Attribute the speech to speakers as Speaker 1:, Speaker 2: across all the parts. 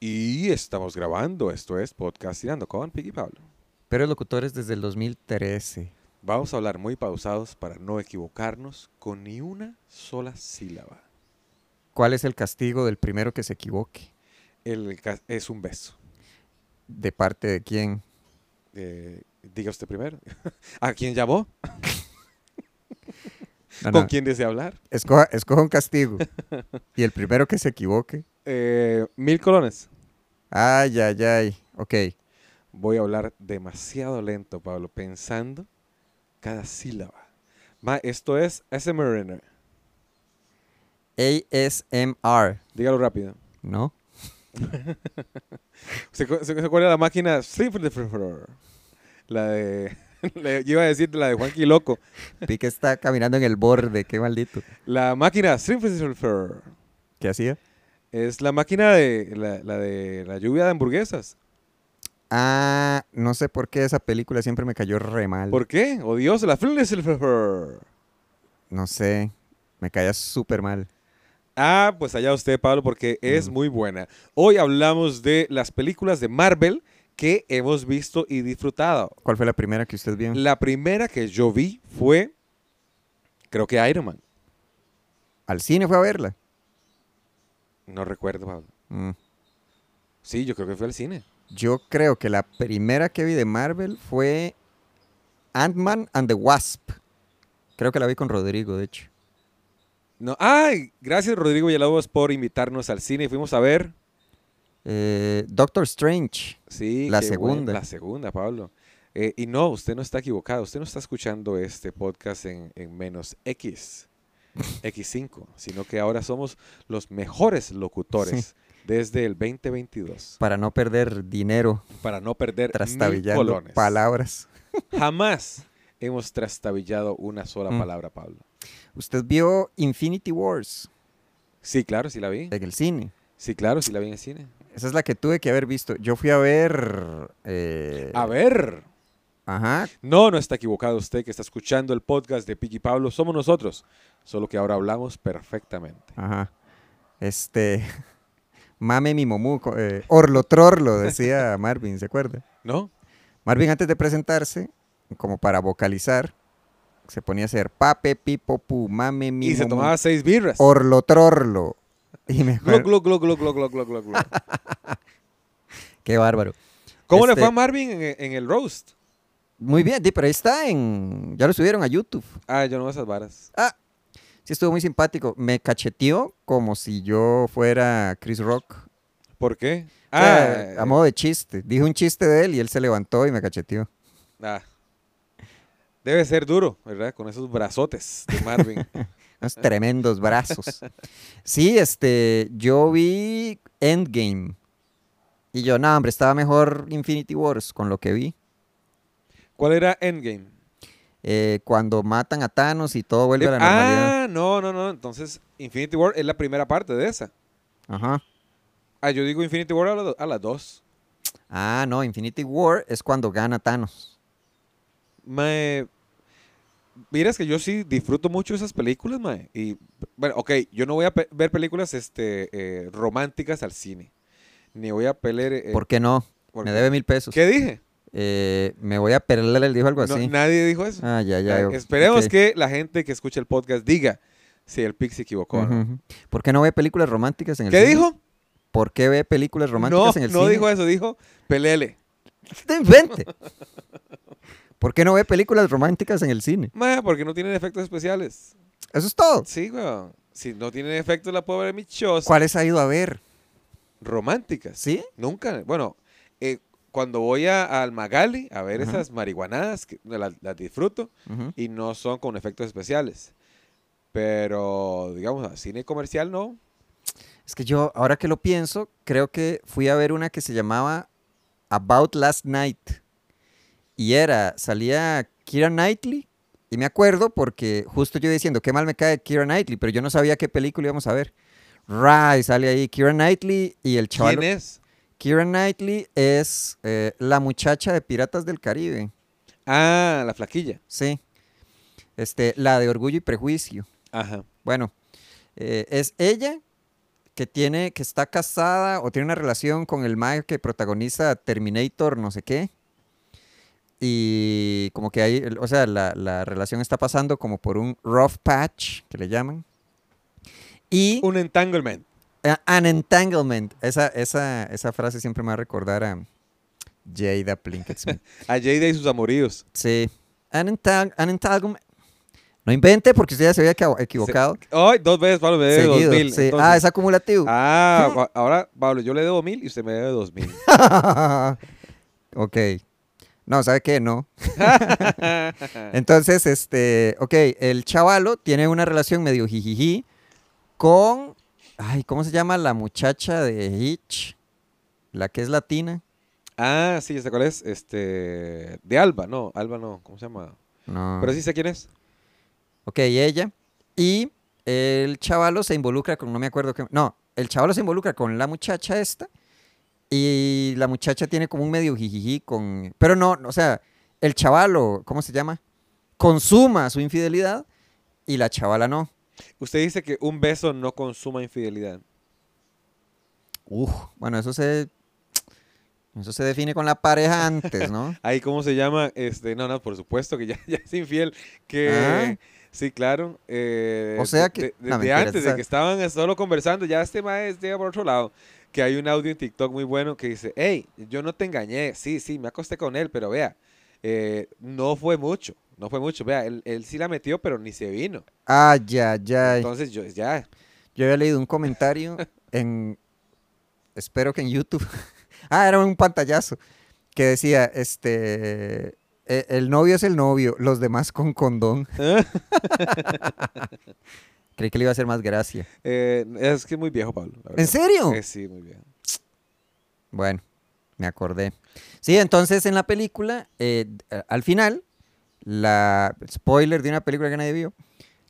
Speaker 1: Y estamos grabando, esto es Podcastinando con Piggy Pablo.
Speaker 2: Pero locutores desde el 2013.
Speaker 1: Vamos a hablar muy pausados para no equivocarnos con ni una sola sílaba.
Speaker 2: ¿Cuál es el castigo del primero que se equivoque?
Speaker 1: El ca- es un beso.
Speaker 2: ¿De parte de quién?
Speaker 1: Eh, diga usted primero. ¿A quién llamó?
Speaker 2: Ah, No,
Speaker 1: ¿Con
Speaker 2: no,
Speaker 1: quién desea hablar?
Speaker 2: Escoja, escoja un castigo. y el primero que se equivoque.
Speaker 1: Eh, mil colones.
Speaker 2: Ay, ay, ay. Ok.
Speaker 1: Voy a hablar demasiado lento, Pablo, pensando cada sílaba. Ma, esto es SMRN.
Speaker 2: ASMR,
Speaker 1: Dígalo rápido.
Speaker 2: ¿no?
Speaker 1: ¿Se, acu- se, se acuerda la máquina? Sí, fr- fr- fr- La de. le iba a decir la de Juanqui Loco.
Speaker 2: Pique está caminando en el borde, qué maldito.
Speaker 1: La máquina Stream Festival Fair
Speaker 2: ¿Qué hacía?
Speaker 1: es la máquina de la, la de la lluvia de hamburguesas.
Speaker 2: Ah, no sé por qué esa película siempre me cayó re mal.
Speaker 1: ¿Por qué? Odiosa la Film Festival Fair.
Speaker 2: No sé, me caía súper mal.
Speaker 1: Ah, pues allá usted, Pablo, porque es
Speaker 2: Mm.
Speaker 1: muy buena. Hoy hablamos de las películas de Marvel que hemos visto y disfrutado.
Speaker 2: ¿Cuál fue la primera que usted vio?
Speaker 1: La primera que yo vi fue, creo que Iron Man.
Speaker 2: Al cine fue a verla.
Speaker 1: No recuerdo, Pablo.
Speaker 2: Mm.
Speaker 1: Sí, yo creo que fue al cine.
Speaker 2: Yo creo que la primera que vi de Marvel fue Ant-Man and the Wasp. Creo que la vi con Rodrigo, de hecho.
Speaker 1: No, ay, gracias Rodrigo Villalobos por invitarnos al cine. Fuimos a ver.
Speaker 2: Eh, Doctor Strange.
Speaker 1: Sí,
Speaker 2: La
Speaker 1: qué bueno,
Speaker 2: segunda.
Speaker 1: la segunda, Pablo. Eh, y no, usted no está equivocado. Usted no está escuchando este podcast en, en menos X, X5, sino que ahora somos los mejores locutores desde el 2022
Speaker 2: Para no perder dinero
Speaker 1: para no perder mil
Speaker 2: trastabillando
Speaker 1: colones.
Speaker 2: palabras.
Speaker 1: Jamás hemos trastabillado una sola
Speaker 2: Mm.
Speaker 1: palabra, Pablo.
Speaker 2: Usted vio Infinity Wars
Speaker 1: Sí, claro, sí la vi.
Speaker 2: en el cine.
Speaker 1: Sí, claro, sí la vi en el cine.
Speaker 2: Esa es la que tuve que haber visto. Yo fui a ver. eh,
Speaker 1: A ver.
Speaker 2: Ajá.
Speaker 1: No, no está equivocado usted que está escuchando el podcast de Piki Pablo. Somos nosotros, solo que ahora hablamos perfectamente.
Speaker 2: Ajá. Este. Mame mi momú. co- eh, Orlo Trorlo, decía Marvin, ¿se acuerda?
Speaker 1: ¿No?
Speaker 2: Marvin, antes de presentarse, como para vocalizar, se ponía a hacer pape, pipo, pu, mame, mi Oh,
Speaker 1: Y se
Speaker 2: momú,
Speaker 1: tomaba seis birras.
Speaker 2: Orlo Trorlo. Y me
Speaker 1: Glu,
Speaker 2: acuerdo-
Speaker 1: glu, glu, glu, glu, glu, glu, glu, glu.
Speaker 2: Qué bárbaro.
Speaker 1: ¿Cómo le
Speaker 2: Este-
Speaker 1: fue a Marvin en, en el roast?
Speaker 2: Muy bien, di, pero ahí está en. Ya lo subieron a YouTube.
Speaker 1: Ah, yo no veo esas varas.
Speaker 2: Ah, sí estuvo muy simpático. Me cacheteó como si yo fuera Chris Rock.
Speaker 1: ¿Por qué?
Speaker 2: O
Speaker 1: Ah,
Speaker 2: sea,
Speaker 1: eh,
Speaker 2: a modo de chiste. Dije un chiste de él y él se levantó y me cacheteó.
Speaker 1: ah. Debe ser duro, ¿verdad? Con esos brazotes de Marvin.
Speaker 2: Unos tremendos brazos. Sí, este, yo vi Endgame. Y yo, no, hombre, estaba mejor Infinity Wars con lo que vi.
Speaker 1: ¿Cuál era Endgame?
Speaker 2: Eh, cuando matan a Thanos y todo vuelve a la normalidad.
Speaker 1: ah, no, no, no. Entonces, Infinity War es la primera parte de esa.
Speaker 2: Ajá.
Speaker 1: Ah, yo digo Infinity War a, la do- a las dos.
Speaker 2: Ah, no, Infinity War es cuando gana Thanos.
Speaker 1: Mae, miras que yo sí disfruto mucho esas películas, mae. Y, bueno, ok, yo no voy a pe- ver películas este, eh, románticas al cine. Ni voy a pelear... eh,
Speaker 2: ¿Por qué no?
Speaker 1: ¿por
Speaker 2: Me
Speaker 1: qué?
Speaker 2: debe mil pesos.
Speaker 1: ¿Qué dije?
Speaker 2: Eh, me voy a perder, él dijo algo
Speaker 1: No,
Speaker 2: así.
Speaker 1: nadie dijo eso.
Speaker 2: Pues Ah, ya, ya.
Speaker 1: Eh,
Speaker 2: ok.
Speaker 1: Esperemos que la gente que escucha el podcast diga si el pic se equivocó. o no.
Speaker 2: Ujú. ¿Por qué no ve películas románticas en el
Speaker 1: ¿Qué
Speaker 2: cine?
Speaker 1: dijo?
Speaker 2: ¿Por qué ve películas
Speaker 1: No,
Speaker 2: románticas en el
Speaker 1: no
Speaker 2: cine?
Speaker 1: dijo eso, dijo pelele.
Speaker 2: ¡Te invente! ¿Por qué no ve películas románticas en el cine?
Speaker 1: Mae, porque no tienen efectos especiales.
Speaker 2: Eso es todo.
Speaker 1: Sí, weón. Si no tienen efectos, la puedo ver en mi choza.
Speaker 2: ¿Cuáles ha ido a ver?
Speaker 1: Románticas.
Speaker 2: ¿Sí?
Speaker 1: Nunca, bueno, eh, cuando voy a, al Magali a ver
Speaker 2: Ajá.
Speaker 1: esas marihuanadas, que la- las, disfruto
Speaker 2: Ujú.
Speaker 1: y no son con efectos especiales. Pero, digamos, a cine comercial no.
Speaker 2: Es que yo, ahora que lo pienso, creo que fui a ver una que se llamaba About Last Night. Y era, salía Kira Knightley. Y me acuerdo porque justo yo diciendo, qué mal me cae Kira Knightley, pero yo no sabía qué película íbamos a ver. Ray, sale ahí Kira Knightley y el chaval.
Speaker 1: ¿Quién es?
Speaker 2: Kira Knightley es eh, la muchacha de Piratas del Caribe,
Speaker 1: Ah, la flaquilla.
Speaker 2: sí. Este, la de Orgullo y Prejuicio.
Speaker 1: Ajá.
Speaker 2: Bueno, eh, es ella que tiene, que está casada o tiene una relación con el mae que protagoniza Terminator, no sé qué. Y como que hay, o sea, la, la relación está pasando como por un rough patch, que le llaman. Y
Speaker 1: Un entanglement.
Speaker 2: eh, an entanglement. Esa, esa, esa frase siempre me va a recordar a Jada Pinkett Smith.
Speaker 1: A Jada y sus amoríos.
Speaker 2: Sí. An, entang- an entanglement. No invente porque usted ya se había equi- equivocado.
Speaker 1: Ay, dos veces, Pablo, me debe
Speaker 2: Seguido,
Speaker 1: dos mil.
Speaker 2: sí.
Speaker 1: entonces.
Speaker 2: Ah, es acumulativo.
Speaker 1: Ah, pa- ahora, Pablo, yo le debo mil y usted me debe dos mil. Ah.
Speaker 2: ok. No, ¿sabe qué? No.
Speaker 1: Ah.
Speaker 2: Entonces, este, ok, el chavalo tiene una relación medio jijiji con, ay, ¿cómo se llama la muchacha de Hitch? La que es latina.
Speaker 1: Ah, sí, ya sé cuál es. Este. De Alba, no, Alba no, ¿cómo se llama?
Speaker 2: No.
Speaker 1: Pero sí sé quién es.
Speaker 2: Ok, ella. Y el chavalo se involucra con, no me acuerdo qué, no, el chavalo se involucra con la muchacha esta y la muchacha tiene como un medio jijiji con, pero no, o sea, el chavalo, ¿cómo se llama? Consuma su infidelidad y la chavala no.
Speaker 1: Usted dice que un beso no consuma infidelidad.
Speaker 2: Uf, bueno, eso se, eso se define con la pareja antes, ¿no?
Speaker 1: Ahí, ¿cómo se llama? Este, no, no, por supuesto que ya, ya es infiel. Que.
Speaker 2: Ah.
Speaker 1: Sí, claro. eh,
Speaker 2: O sea
Speaker 1: de-
Speaker 2: que-
Speaker 1: de- Desde
Speaker 2: no, mentira,
Speaker 1: antes, de
Speaker 2: esa-
Speaker 1: que estaban solo conversando, ya este maestro llega por otro lado. Que hay un audio en TikTok muy bueno que dice: Hey, yo no te engañé. Sí, sí, me acosté con él, pero vea, eh, no fue mucho. No fue mucho. Vea, él, él sí la metió, pero ni se vino.
Speaker 2: Ay, ya, ya.
Speaker 1: Entonces, yo ya,
Speaker 2: Yo había leído un comentario en. Espero que en YouTube. ah, era un pantallazo. Que decía: Este. e- El novio es el novio, los demás con condón. Creí que le iba a hacer más gracia.
Speaker 1: Eh, es que es muy viejo, Pablo. la verdad.
Speaker 2: ¿En serio?
Speaker 1: Eh, sí, muy viejo.
Speaker 2: Bueno, me acordé. Sí, entonces en la película, eh, a- al final, la spoiler de una película que nadie vio,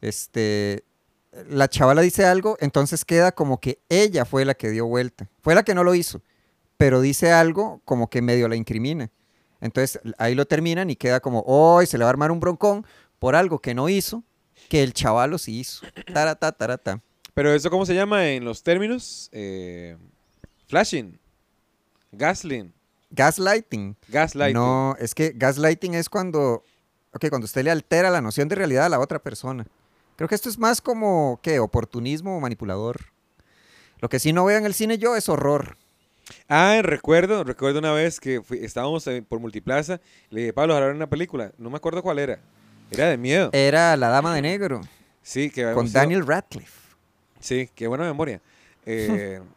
Speaker 2: este, la chavala dice algo, entonces queda como que ella fue la que dio vuelta, fue la que no lo hizo, pero dice algo como que medio la incrimina. Entonces l- ahí lo terminan y queda como, hoy se le va a armar un broncón por algo que no hizo, que el chavalo sí hizo. Tarata, tarata.
Speaker 1: Pero eso, ¿cómo se llama en los términos? Eh, flashing. Gasling.
Speaker 2: Gaslighting.
Speaker 1: Gaslighting.
Speaker 2: No, es que gaslighting es cuando, ok, cuando usted le altera la noción de realidad a la otra persona. Creo que esto es más como, ¿qué? Oportunismo manipulador. Lo que sí no veo en el cine yo es horror.
Speaker 1: Ah, recuerdo, recuerdo una vez que fui- estábamos eh, por Multiplaza. Le dije, Pablo, ahora una película. No me acuerdo cuál era. Era de miedo.
Speaker 2: Era La Dama de Negro
Speaker 1: sí, que habíamos
Speaker 2: Eh, con
Speaker 1: ido-
Speaker 2: Daniel Radcliffe.
Speaker 1: Sí, qué buena memoria. Eh,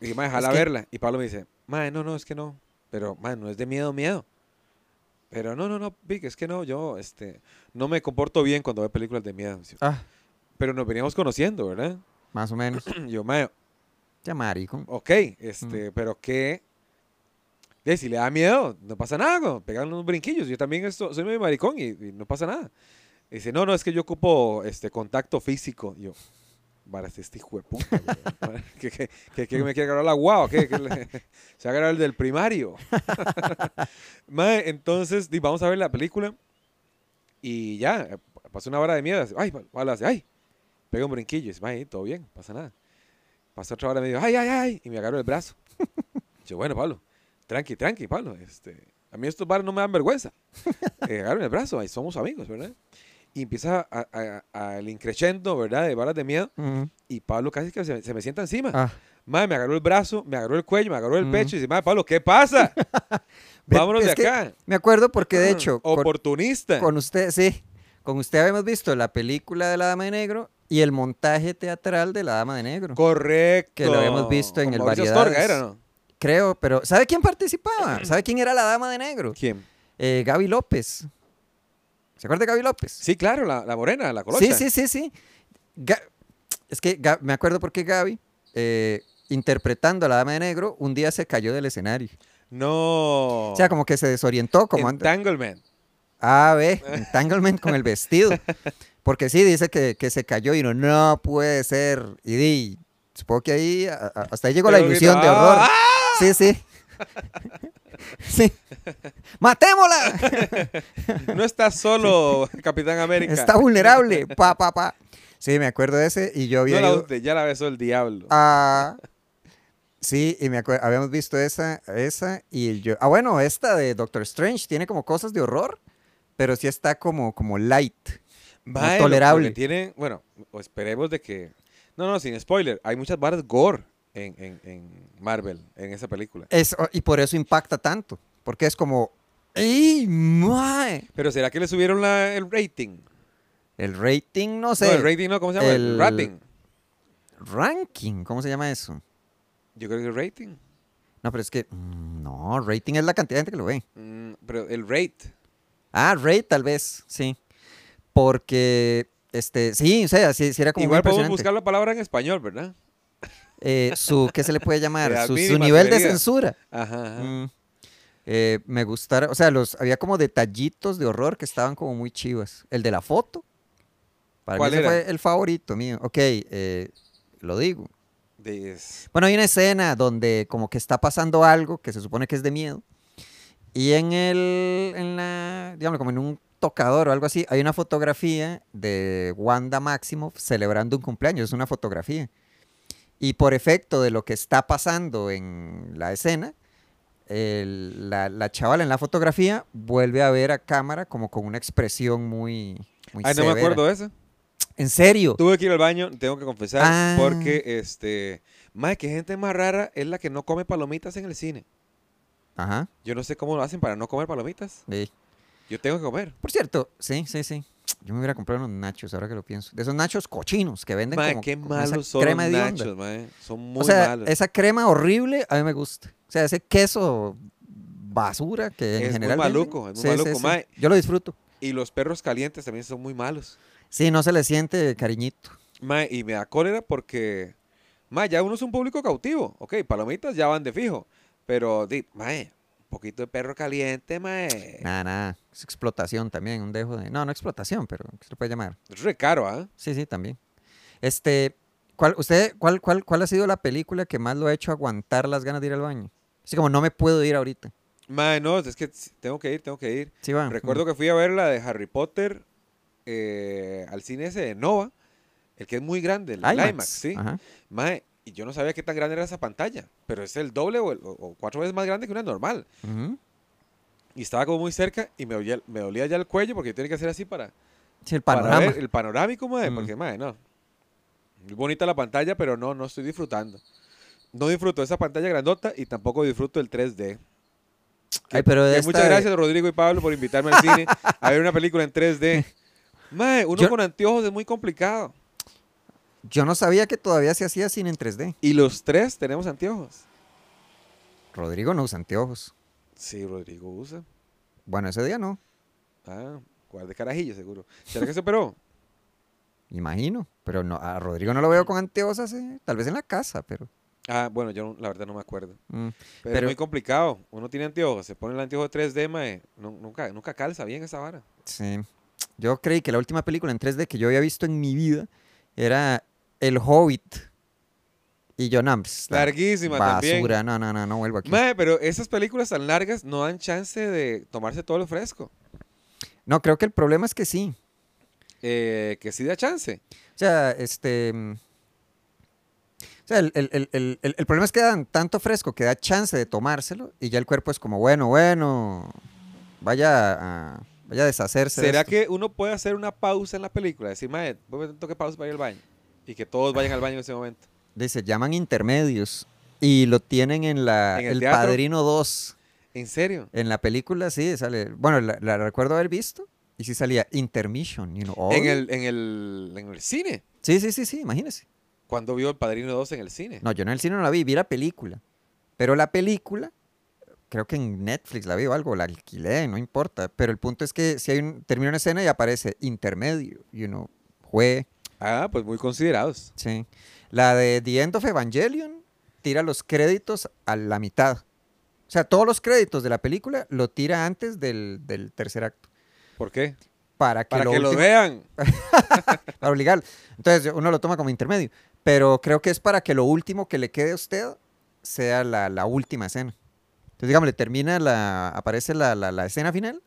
Speaker 1: y dije, "Mae, jala
Speaker 2: que-
Speaker 1: verla. Y Pablo me dice, mae, no, no, es que no. Pero, mae, no es de miedo, miedo. Pero no, no, no, Vic, es que no, yo este, no me comporto bien cuando veo películas de miedo. Dice,
Speaker 2: Ah,
Speaker 1: Pero nos veníamos conociendo, ¿verdad?
Speaker 2: más o menos.
Speaker 1: Yo, mae,
Speaker 2: Ya marico.
Speaker 1: ok, este, pero qué. De, si le da miedo, no pasa nada, güey, pegan unos brinquillos. Yo también esto, soy muy maricón y, y no pasa nada. Y dice, no, no, es que yo ocupo este contacto físico. Y yo, para este hijo de puta, güey, mae, ¿qué- qué- qué- qué me quiere agarrar la guau? ¿Qué, qué le- se va a agarrar el del primario. Mae, entonces, di, vamos a ver la película. Y ya, eh, pasó una hora de miedo. así, Ay, Pablo hace, ay, pega un brinquillo. Y dice, mae, todo bien, pasa nada. Pasó otra hora y me dijo, ay, ay, ay, y me agarró el brazo. Yo, bueno, Pablo, tranqui, tranqui, Pablo. Este, a mí estos bares no me dan vergüenza. Eh, agarran el brazo, ahí somos amigos, ¿verdad? Y empieza a- a- a- al increchendo, ¿verdad? De varas de miedo.
Speaker 2: Mm,
Speaker 1: Y Pablo casi que se, se me sienta encima.
Speaker 2: ah.
Speaker 1: Madre, me agarró el brazo, me agarró el cuello, me agarró el
Speaker 2: Ujú.
Speaker 1: pecho. Y dice, madre, Pablo, ¿qué pasa?
Speaker 2: Ve,
Speaker 1: Vámonos
Speaker 2: es
Speaker 1: de
Speaker 2: que-
Speaker 1: acá. Mm,
Speaker 2: Me acuerdo porque de hecho,
Speaker 1: Oh,
Speaker 2: con-
Speaker 1: Oportunista.
Speaker 2: con usted, sí, con usted habíamos visto la película de La Dama de Negro y el montaje teatral de La Dama de Negro.
Speaker 1: Correcto.
Speaker 2: que lo habíamos visto en
Speaker 1: Con
Speaker 2: el
Speaker 1: Mauricio
Speaker 2: Variedades.
Speaker 1: Astorga, ¿era, no?
Speaker 2: Creo, pero ¿sabe quién participaba? ¿Sabe quién era la dama de negro?
Speaker 1: ¿Quién?
Speaker 2: Eh, Gaby López. ¿Se acuerda de Gaby López?
Speaker 1: Sí, claro, la, la morena, la colocha.
Speaker 2: sí, sí, sí, sí. Ga- es que Ga- me acuerdo porque Gaby, eh, interpretando a la dama de negro, un día se cayó del escenario.
Speaker 1: No.
Speaker 2: O sea, como que se desorientó, como antes.
Speaker 1: Entanglement.
Speaker 2: Ah, ve, entanglement con el vestido. Porque sí, dice que, que se cayó y no, no puede ser. Y di, supongo que ahí, a- a- hasta ahí llegó la
Speaker 1: Pero
Speaker 2: ilusión de
Speaker 1: grita,
Speaker 2: horror.
Speaker 1: "¡Ah!".
Speaker 2: Sí, sí. sí. ¡Matémosla!
Speaker 1: No está solo Capitán América.
Speaker 2: Está vulnerable. Pa, pa, pa. Sí, me acuerdo de ese y yo había
Speaker 1: No la
Speaker 2: ido-
Speaker 1: usted, ya la besó el diablo.
Speaker 2: Ah, sí, y me acuerdo, habíamos visto esa, esa y yo... Ah, bueno, esta de Doctor Strange tiene como cosas de horror, pero sí está como, como light.
Speaker 1: Mae, lo- lo que
Speaker 2: tolerable.
Speaker 1: tienen, bueno, o esperemos de que. No, no, sin spoiler. Hay muchas barras gore en, en- en Marvel, en esa película.
Speaker 2: Es, o- y por eso impacta tanto, porque es como... ¡Ey, mae!
Speaker 1: Pero ¿será que le subieron la- el rating?
Speaker 2: El rating, no sé.
Speaker 1: no, el rating no, ¿cómo se llama? El
Speaker 2: el-
Speaker 1: rating.
Speaker 2: Ranking, ¿cómo se llama eso?
Speaker 1: Yo creo que el rating.
Speaker 2: No, pero es que... mm, No, rating es la cantidad de gente que lo ve.
Speaker 1: Mm, pero el rate.
Speaker 2: Ah, Rey tal vez, sí. Porque, este, sí, o sea, sí, sí era como muy
Speaker 1: Igual podemos
Speaker 2: impresionante.
Speaker 1: buscar la palabra en español, ¿verdad?
Speaker 2: Eh, su, ¿qué se le puede
Speaker 1: Las
Speaker 2: llamar? Su, su
Speaker 1: mínimas
Speaker 2: nivel de
Speaker 1: medidas.
Speaker 2: censura.
Speaker 1: Ajá. ajá.
Speaker 2: Mm. Eh, me gustaron, o sea, los, había como detallitos de horror que estaban como muy chivas. El de la foto, para
Speaker 1: ¿Cuál
Speaker 2: mí ese
Speaker 1: era?
Speaker 2: fue el favorito mío. Ok, eh, lo digo.
Speaker 1: De- es-
Speaker 2: Bueno, hay una escena donde como que está pasando algo que se supone que es de miedo. Y en el, en la, digamos, como en un tocador o algo así, hay una fotografía de Wanda Maximoff celebrando un cumpleaños. Es una fotografía. Y por efecto de lo que está pasando en la escena, el- la, la chavala en la fotografía vuelve a ver a cámara como con una expresión muy, muy
Speaker 1: Ay, no me
Speaker 2: severa.
Speaker 1: acuerdo de eso.
Speaker 2: ¿En serio?
Speaker 1: Tuve que ir al baño, tengo que confesar,
Speaker 2: Ah.
Speaker 1: porque este. Mae, que gente más rara es la que no come palomitas en el cine.
Speaker 2: Ajá.
Speaker 1: Yo no sé cómo lo hacen para no comer palomitas.
Speaker 2: sí.
Speaker 1: Yo tengo que comer.
Speaker 2: Por cierto, sí, sí, sí. Yo me hubiera comprado unos nachos, ahora que lo pienso. De esos nachos cochinos que venden
Speaker 1: Mae,
Speaker 2: como
Speaker 1: qué
Speaker 2: con esa
Speaker 1: malos son los
Speaker 2: crema hedionda.
Speaker 1: nachos, mae. Son muy
Speaker 2: o sea,
Speaker 1: malos.
Speaker 2: esa crema horrible a mí me gusta. O sea, ese queso basura que en
Speaker 1: Es muy
Speaker 2: general venden.
Speaker 1: maluco, es muy maluco, mae.
Speaker 2: Yo lo disfruto.
Speaker 1: Y los perros calientes también son muy malos.
Speaker 2: Sí, no se le siente cariñito.
Speaker 1: Mae, y me da cólera porque, mae, ya uno es un público cautivo. Ok, palomitas ya van de fijo. Pero, di, mae, un poquito de perro caliente, mae.
Speaker 2: Nada, nada. Es explotación también, un dejo de... No, no explotación, pero ¿qué se le puede llamar?
Speaker 1: Es re caro, ¿ah?
Speaker 2: Sí, sí, también. Este, ¿cuál, usted, cuál, cuál, cuál ha sido la película que más lo ha hecho aguantar las ganas de ir al baño? Así como no me puedo ir ahorita.
Speaker 1: Mae, no, es que t- tengo que ir, tengo que ir.
Speaker 2: Sí, va.
Speaker 1: Recuerdo que fui a ver la de Harry Potter eh, al cine ese de Nova, el que es muy grande, el IMAX, sí.
Speaker 2: Ajá.
Speaker 1: Mae, y yo no sabía qué tan grande era esa pantalla, pero es el doble o, el- o- o cuatro veces más grande que una normal.
Speaker 2: Ujú.
Speaker 1: Y estaba como muy cerca y me dolía, me dolía ya el cuello porque yo tenía que hacer así para,
Speaker 2: Sí, el
Speaker 1: para
Speaker 2: panorama.
Speaker 1: ver el panorámico, mae,
Speaker 2: Mm.
Speaker 1: porque mae, no. Muy bonita la pantalla, pero no, no estoy disfrutando. No disfruto esa pantalla grandota y tampoco disfruto el 3D.
Speaker 2: Ay, pero de
Speaker 1: Que
Speaker 2: esta
Speaker 1: muchas
Speaker 2: de-
Speaker 1: gracias, Rodrigo y Pablo, por invitarme al cine a ver una película en 3D. Mae, uno
Speaker 2: Yo-
Speaker 1: con anteojos es muy complicado.
Speaker 2: Yo no sabía que todavía se hacía cine en 3D.
Speaker 1: Y los tres tenemos anteojos.
Speaker 2: Rodrigo no usa anteojos.
Speaker 1: Sí, Rodrigo usa.
Speaker 2: Bueno, ese día no,
Speaker 1: Ah, cuál de carajillo, seguro. ¿Será que se operó?
Speaker 2: imagino. Pero no, a Rodrigo no lo veo con anteojos hace, tal vez en la casa, pero...
Speaker 1: Ah, bueno, yo no- la verdad no me acuerdo.
Speaker 2: mm.
Speaker 1: Pero, es
Speaker 2: Pero-
Speaker 1: muy complicado. Uno tiene anteojos, se pone el anteojo 3D, mae. nu- nunca, nunca calza bien esa vara.
Speaker 2: Sí. Yo creí que la última película en 3D que yo había visto en mi vida era El Hobbit. Y yo, no, pues, la
Speaker 1: Larguísima también.
Speaker 2: basura. No, no, no, no vuelvo aquí.
Speaker 1: Mae, pero esas películas tan largas no dan chance de tomarse todo lo fresco.
Speaker 2: No, creo que el problema es que sí.
Speaker 1: Eh, que sí da chance.
Speaker 2: O sea, este... mm, O sea, el, el- el- el- el- el problema es que dan tanto fresco que da chance de tomárselo y ya el cuerpo es como, bueno, bueno, vaya a, vaya a deshacerse. de
Speaker 1: ¿Será
Speaker 2: esto".
Speaker 1: que uno puede hacer una pausa en la película? Decir, mae, voy a meter un toque de pausa para ir al baño. Y que todos vayan al baño en ese momento.
Speaker 2: Dice, llaman intermedios y lo tienen en la...
Speaker 1: ¿En el
Speaker 2: el
Speaker 1: teatro?
Speaker 2: Padrino 2.
Speaker 1: ¿En serio?
Speaker 2: En la película sí sale... Bueno, la, la recuerdo haber visto y sí salía intermission. you know,
Speaker 1: En
Speaker 2: obvio.
Speaker 1: el, en, el, en el cine.
Speaker 2: Sí, sí, sí, sí, imagínese.
Speaker 1: Cuando vio El Padrino 2 en el cine.
Speaker 2: No, yo en el cine no la vi, vi la película. Pero la película, creo que en Netflix la vi o algo, la alquilé, no importa. Pero el punto es que si hay un, termina una escena y aparece intermedio, you know, jue,
Speaker 1: Ah, pues muy considerados.
Speaker 2: sí. La de The End of Evangelion tira los créditos a la mitad. O sea, todos los créditos de la película lo tira antes del, del tercer acto.
Speaker 1: ¿Por qué?
Speaker 2: Para que,
Speaker 1: Para
Speaker 2: lo
Speaker 1: que los
Speaker 2: último-
Speaker 1: vean.
Speaker 2: para obligar. Entonces uno lo toma como intermedio. Pero creo que es para que lo último que le quede a usted sea la, la última escena. Entonces, digamos, le termina la. aparece la, la- la escena final